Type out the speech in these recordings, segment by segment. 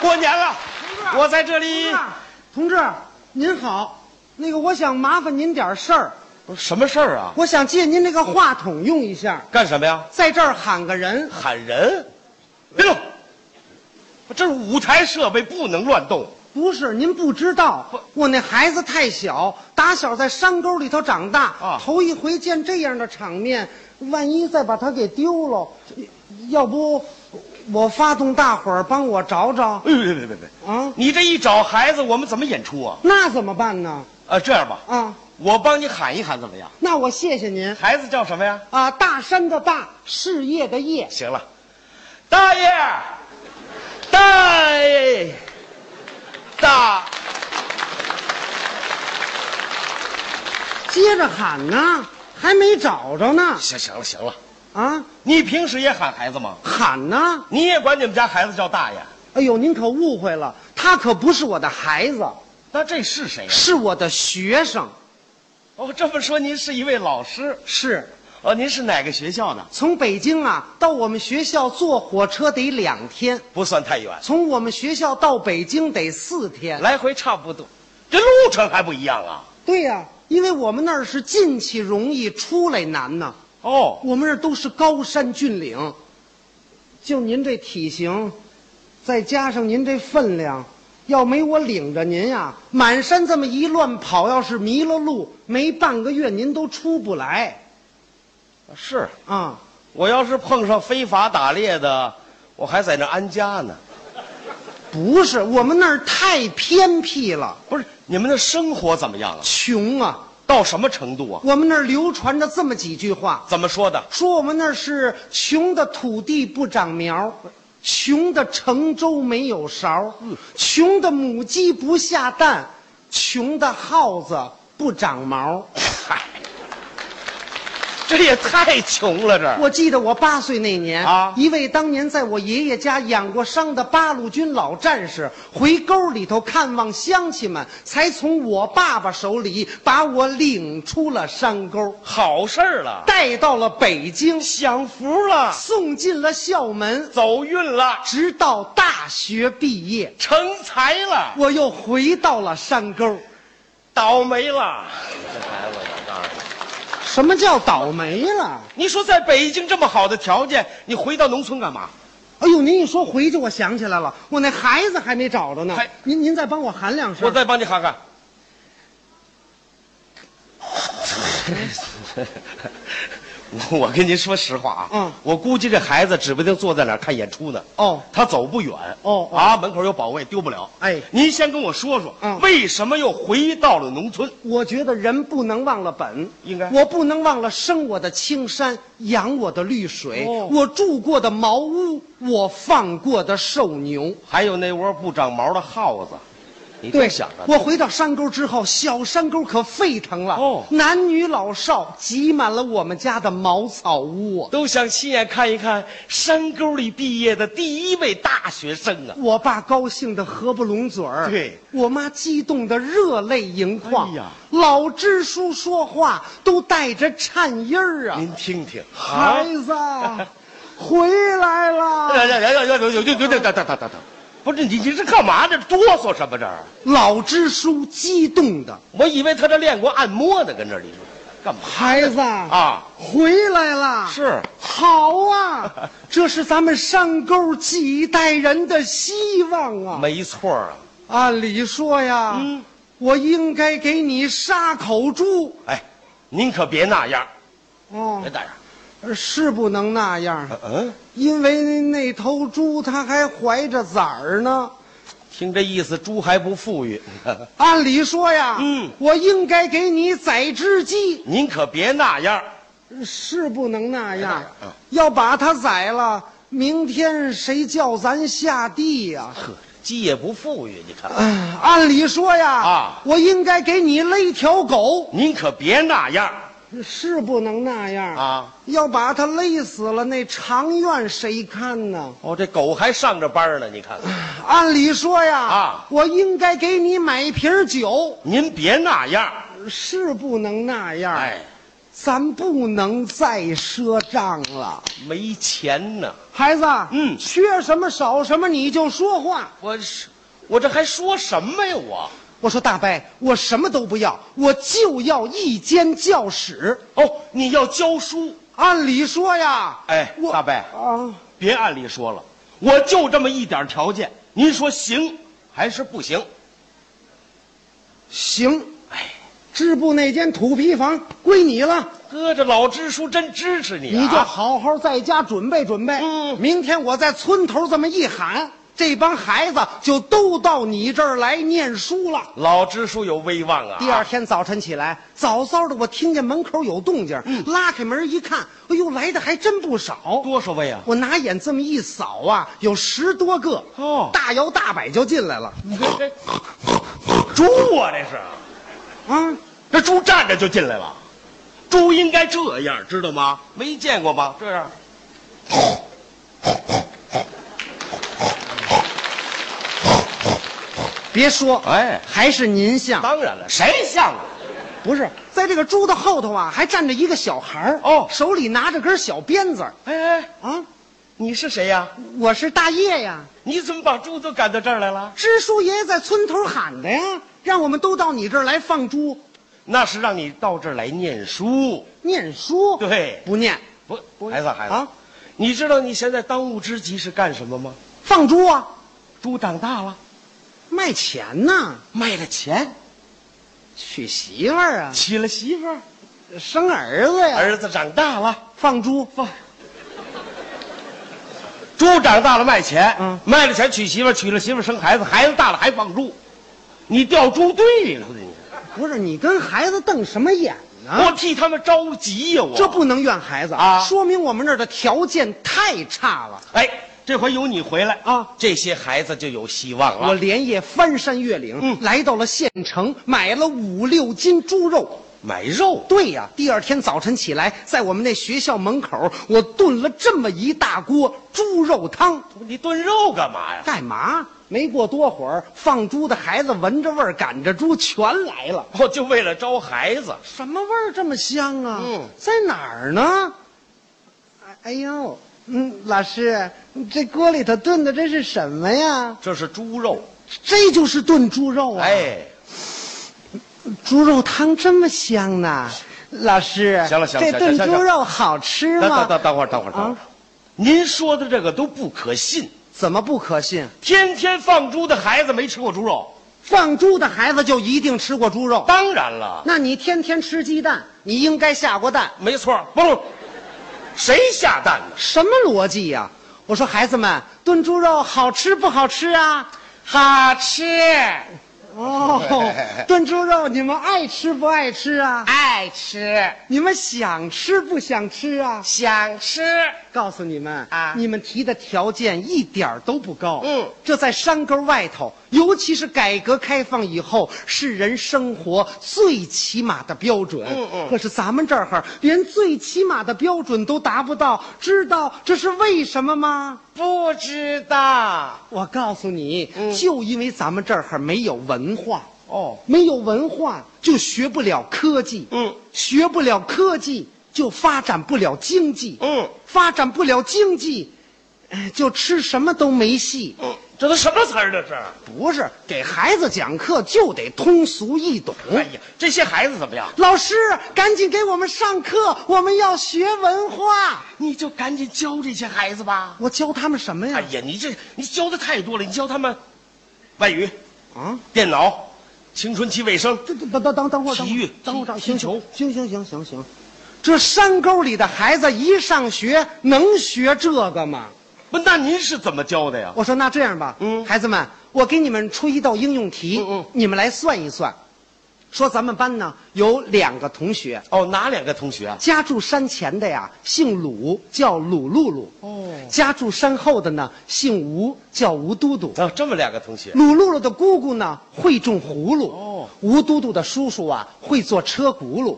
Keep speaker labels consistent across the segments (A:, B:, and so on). A: 过年了，
B: 同志
A: 我在这里
B: 啊同志，您好，那个我想麻烦您点事儿，
A: 不是什么事儿啊？
B: 我想借您这个话筒用一下，
A: 干什么呀？
B: 在这儿喊个人。
A: 喊人？别动！这是舞台设备，不能乱动。
B: 不是您不知道
A: 不，
B: 我那孩子太小，打小在山沟里头长大，
A: 啊
B: 头一回见这样的场面，万一再把他给丢了，要不我发动大伙儿帮我找找
A: 哎呦，别别别别！
B: 啊？
A: 你这一找孩子，我们怎么演出啊？
B: 那怎么办呢？
A: 啊，这样吧，
B: 啊，
A: 我帮你喊一喊，怎么样？
B: 那我谢谢您
A: 孩子叫什么呀？
B: 啊！大山的大，事业的业，
A: 行了，大爷，大爷，大，
B: 接着喊呢，还没找着呢
A: 行行了行了，
B: 啊！
A: 你平时也喊孩子吗？
B: 喊呢！
A: 你也管你们家孩子叫大爷？
B: 哎呦，您可误会了，他可不是我的孩子，
A: 那这是谁呀、
B: 是我的学生，
A: 哦，这么说您是一位老师
B: 是。
A: 哦？您是哪个学校的？
B: 从北京啊到我们学校坐火车得两天，
A: 不算太远，
B: 从我们学校到北京得四天。
A: 来回差不多。这路程还不一样啊？
B: 对呀、因为我们那儿是进去容易出来难呐，
A: 哦，
B: 我们这儿都是高山峻岭。就您这体型，再加上您这分量，要没我领着您呀、满山这么一乱跑，要是迷了路，没半个月您都出不来
A: 是
B: 啊。
A: 我要是碰上非法打猎的，我还在那安家呢。
B: 不是，我们那儿太偏僻了，
A: 不是，你们的生活怎么样啊？
B: 穷啊。
A: 到什么程度啊？
B: 我们那儿流传着这么几句话，
A: 怎么说的？
B: 说我们那儿是穷的土地不长苗，穷的盛粥没有勺，穷的母鸡不下蛋，穷的耗子不长毛。
A: 哎嗨，这也太穷了，这
B: 我记得我八岁那年
A: 啊
B: 一位当年在我爷爷家养过伤的八路军老战士，回沟里头看望乡亲们，才从我爸爸手里把我领出了山沟，
A: 好事儿了，
B: 带到了北京。
A: 享福了，
B: 送进了校门，
A: 走运了，
B: 直到大学毕业，
A: 成才了，
B: 我又回到了山沟。
A: 倒霉了。这孩子，我告诉你，
B: 什么叫倒霉了？
A: 你说在北京这么好的条件，你回到农村干嘛？
B: 哎呦，您一说回去，我想起来了，我那孩子还没找着呢
A: 还。
B: 您您再帮我喊两声。
A: 我再帮你看看。 我跟您说实话啊，
B: 嗯
A: 我估计这孩子指不定坐在哪儿看演出呢。
B: 哦
A: 他走不远。
B: 哦哦
A: 啊，门口有保卫，丢不了。
B: 哎
A: 您先跟我说说，
B: 嗯
A: 为什么又回到了农村？
B: 我觉得人不能忘了本，
A: 应该
B: 我不能忘了生我的青山，养我的绿水，
A: 哦
B: 我住过的茅屋，我放过的瘦牛。
A: 还有那窝不长毛的耗子，你
B: 对，
A: 别想啊着
B: 我回到山沟之后，小山沟可沸腾了，
A: 哦
B: 男女老少挤满了我们家的茅草屋啊。
A: 都想亲眼看一看山沟里毕业的第一位大学生啊！
B: 我爸高兴得合不拢嘴儿，
A: 对
B: 我妈激动得热泪盈眶。
A: 哎呀
B: 老支书说话都带着颤音儿啊！
A: 您听听，
B: 孩子， 回来
A: 呀
B: 了。
A: 呀呀呀呀！有有有有等等等等等，不是你你这干嘛这哆嗦什么这儿？
B: 老支书激动的，
A: 我以为他这练过按摩呢，跟这儿你说干嘛
B: 孩子
A: 啊？
B: 回来了。
A: 是
B: 好 啊，这是咱们山沟几代人的希望啊！
A: 没错儿啊！
B: 按理说呀，
A: 嗯
B: 我应该给你杀口猪
A: 哎，您可别那样，
B: 哦
A: 别，那样。
B: 是不能那样，
A: 嗯嗯，
B: 因为那头猪它还怀着崽儿呢。
A: 听这意思，猪还不富裕。
B: 按理说呀，
A: 嗯
B: 我应该给你宰只鸡，
A: 您可别那样，
B: 是不能那样
A: 嗯，
B: 要把它宰了，明天谁叫咱下地呀、
A: 呵，鸡也不富裕，你看。
B: 哎按理说呀，
A: 啊
B: 我应该给你勒条狗，
A: 您可别那样
B: 是不能那样！
A: 啊！
B: 要把它勒死了，那长院谁看呢？
A: 哦，这狗还上着班呢，你看看。
B: 按理说呀，
A: 啊
B: 我应该给你买瓶酒，
A: 您别那样，
B: 是不能那样。
A: 哎，
B: 咱不能再赊账了。
A: 没钱呢，
B: 孩子，啊
A: 嗯
B: 缺什么少什么你就说话。
A: 我是我这还说什么呀？我
B: 我说大伯，我什么都不要，我就要一间教室。
A: 哦，你要教书，
B: 按理说呀，
A: 哎
B: 我
A: 大伯
B: 啊，
A: 别按理说了，我就这么一点条件，您说行还是不行？
B: 行，哎，支部那间土坯房归你了，
A: 哥，这老支书真支持你、啊，
B: 你就好好在家准备准备。
A: 嗯
B: 明天我在村头这么一喊，这帮孩子就都到你这儿来念书了。
A: 老支书有威望啊。
B: 第二天早晨起来，早早的我听见门口有动静，
A: 嗯
B: 拉开门一看，哎呦，来的还真不少。
A: 多少位啊？
B: 我拿眼这么一扫啊，有十多个，
A: 哦
B: 大摇大摆就进来了。
A: 你这这猪啊，这是，
B: 啊，
A: 这猪站着就进来了，猪应该这样，知道吗？没见过吗？这样，
B: 别说，
A: 哎
B: 还是您像。
A: 当然了，谁像啊？
B: 不是，在这个猪的后头啊，还站着一个小孩儿
A: 哦
B: 手里拿着根小鞭子儿
A: 哎哎，
B: 啊。
A: 你是谁呀、
B: 我是大爷呀，
A: 你怎么把猪都赶到这儿来了？
B: 支书爷爷在村头喊的呀，让我们都到你这儿来放猪
A: 那是让你到这儿来念书。
B: 念书。
A: 对
B: 不念
A: 不，孩子，孩子，
B: 啊
A: 你知道你现在当务之急是干什么吗？
B: 放猪啊，
A: 猪长大了，
B: 卖钱呢，
A: 卖了钱，
B: 娶媳妇儿啊，
A: 娶了媳妇儿，
B: 生儿子呀，
A: 儿子长大了，
B: 放猪
A: 放。猪长大了卖钱，
B: 嗯
A: 卖了钱娶媳妇儿，娶了媳妇儿生孩子，孩子大了还放猪，你掉猪堆里了你！
B: 不是你跟孩子瞪什么眼呢？
A: 我替他们着急呀、我
B: 这不能怨孩子
A: 啊
B: 说明我们那儿的条件太差了。
A: 哎，这回有你回来
B: 啊
A: 这些孩子就有希望了。
B: 我连夜翻山越岭，
A: 嗯
B: 来到了县城，买了五六斤猪肉。
A: 买肉，
B: 对呀、第二天早晨起来，在我们那学校门口，我炖了这么一大锅猪肉汤。
A: 你炖肉干嘛呀？
B: 干嘛？没过多会儿，放猪的孩子闻着味儿，赶着猪全来了。
A: 哦，就为了招孩子。
B: 什么味儿这么香啊？
A: 嗯
B: 在哪儿呢？哎哎呦，嗯，老师，这锅里头炖的这是什么呀？
A: 这是猪肉，
B: 这就是炖猪肉啊！，
A: 哎，
B: 猪肉汤这么香呢，老师，
A: 行了行了
B: 这炖
A: 行了行了
B: 猪肉好吃
A: 等等
B: 吗？
A: 等等会儿，等会儿，等会儿
B: 啊，
A: 您说的这个都不可信。
B: 怎么不可信？
A: 天天放猪的孩子没吃过猪肉，
B: 放猪的孩子就一定吃过猪肉？
A: 当然了，
B: 那你天天吃鸡蛋，你应该下过蛋，
A: 没错。不，谁下蛋呢？
B: 什么逻辑呀、我说孩子们，炖猪肉好吃不好吃啊？好吃。 哦，炖猪肉你们爱吃不爱吃啊？
A: 爱吃，
B: 你们想吃不想吃啊？
A: 想吃。
B: 告诉你们
A: 啊
B: 你们提的条件一点儿都不高。
A: 嗯
B: 这在山沟外头，尤其是改革开放以后，是人生活最起码的标准。
A: 嗯嗯
B: 可是咱们这儿连最起码的标准都达不到，知道这是为什么吗？
A: 不知道。
B: 我告诉你，
A: 嗯
B: 就因为咱们这儿没有文化。
A: 哦，
B: 没有文化就学不了科技，
A: 嗯，
B: 学不了科技就发展不了经济，
A: 嗯，
B: 发展不了经济，哎就吃什么都没戏。
A: 嗯，这都什么词儿？这是？
B: 不是给孩子讲课就得通俗易懂。
A: 哎呀，这些孩子怎么样？
B: 老师，赶紧给我们上课，我们要学文化。
A: 你就赶紧教这些孩子吧。
B: 我教他们什么呀？
A: 哎呀，你这你教的太多了，你教他们外语、
B: 啊，
A: 电脑、青春期卫生。
B: 这这等等等等会儿，等会儿
A: 体育
B: 等会儿，等会儿
A: 踢球
B: 行行行行行，这山沟里的孩子一上学能学这个吗？
A: 不，那您是怎么教的呀？
B: 我说那这样吧，
A: 嗯
B: 孩子们，我给你们出一道应用题，
A: 嗯嗯
B: 你们来算一算。说咱们班呢有两个同学，
A: 哦，哪两个同学啊？
B: 家住山前的呀姓鲁，叫鲁露露；
A: 哦
B: 家住山后的呢姓吴，叫吴嘟嘟。
A: 啊，这么两个同学。
B: 鲁露露的姑姑呢会种葫芦，
A: 哦
B: 吴嘟嘟的叔叔啊会做车轱辘。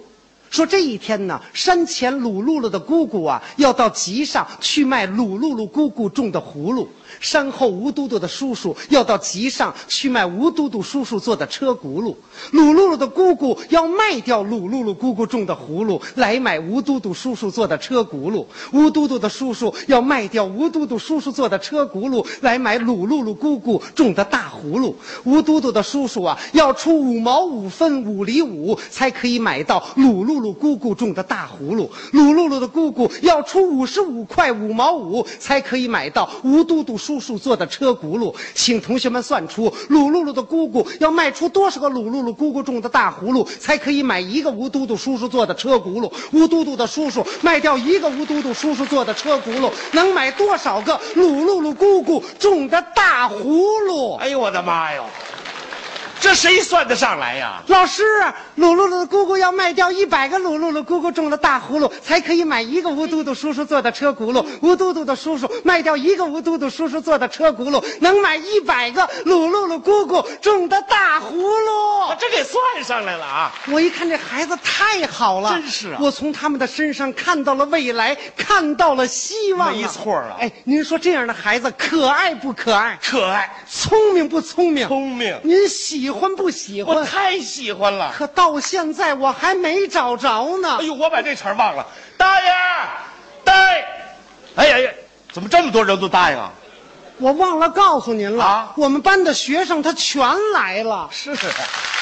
B: 说这一天呢，山前鲁露露的姑姑啊，要到集上去卖鲁露露姑姑种的葫芦；山后吴嘟嘟的叔叔要到集上去卖吴嘟嘟叔叔做的车轱辘；鲁露露的姑姑要卖掉鲁露露姑姑种的葫芦，来买吴嘟嘟叔叔做的车轱辘；吴嘟嘟的叔叔要卖掉吴嘟嘟叔叔做的车轱辘，来买鲁露露姑姑种的大葫芦；吴嘟嘟的叔叔啊，要出五毛五分五厘五才可以买到鲁露露姑姑种的大葫芦，鲁露露的姑姑要出五十五块五毛五才可以买到吴嘟嘟叔叔做的车轱辘。请同学们算出，鲁露露的姑姑要卖出多少个鲁露露姑姑种的大葫芦，才可以买一个吴嘟嘟叔叔做的车轱辘？吴嘟嘟的叔叔卖掉一个吴嘟嘟叔叔做的车轱辘，能买多少个鲁露露姑姑种的大葫芦？
A: 哎呦我的妈哟，这谁算得上来呀？
B: 老师，鲁露露的姑姑要卖掉一百个鲁露露姑姑种的大葫芦，才可以买一个吴嘟嘟叔叔做的车轱辘。吴嘟嘟的叔叔卖掉一个吴嘟嘟叔叔做的车轱辘，能买一百个鲁露露姑姑种的大葫芦。
A: 哦这给算上来了啊！
B: 我一看这孩子太好了，
A: 真是啊
B: 我从他们的身上看到了未来，看到了希望、啊。
A: 没错啊
B: 哎，您说这样的孩子可爱不可爱？
A: 可爱，
B: 聪明不聪明？
A: 聪明
B: 您喜欢不喜欢？
A: 我太喜欢了。
B: 可到现在我还没找着呢
A: 哎。呦，我把这词儿忘了。大爷，大爷，哎呀呀，怎么这么多人都答应啊？
B: 我忘了告诉您了，
A: 啊
B: 我们班的学生他全来了。
A: 是，哎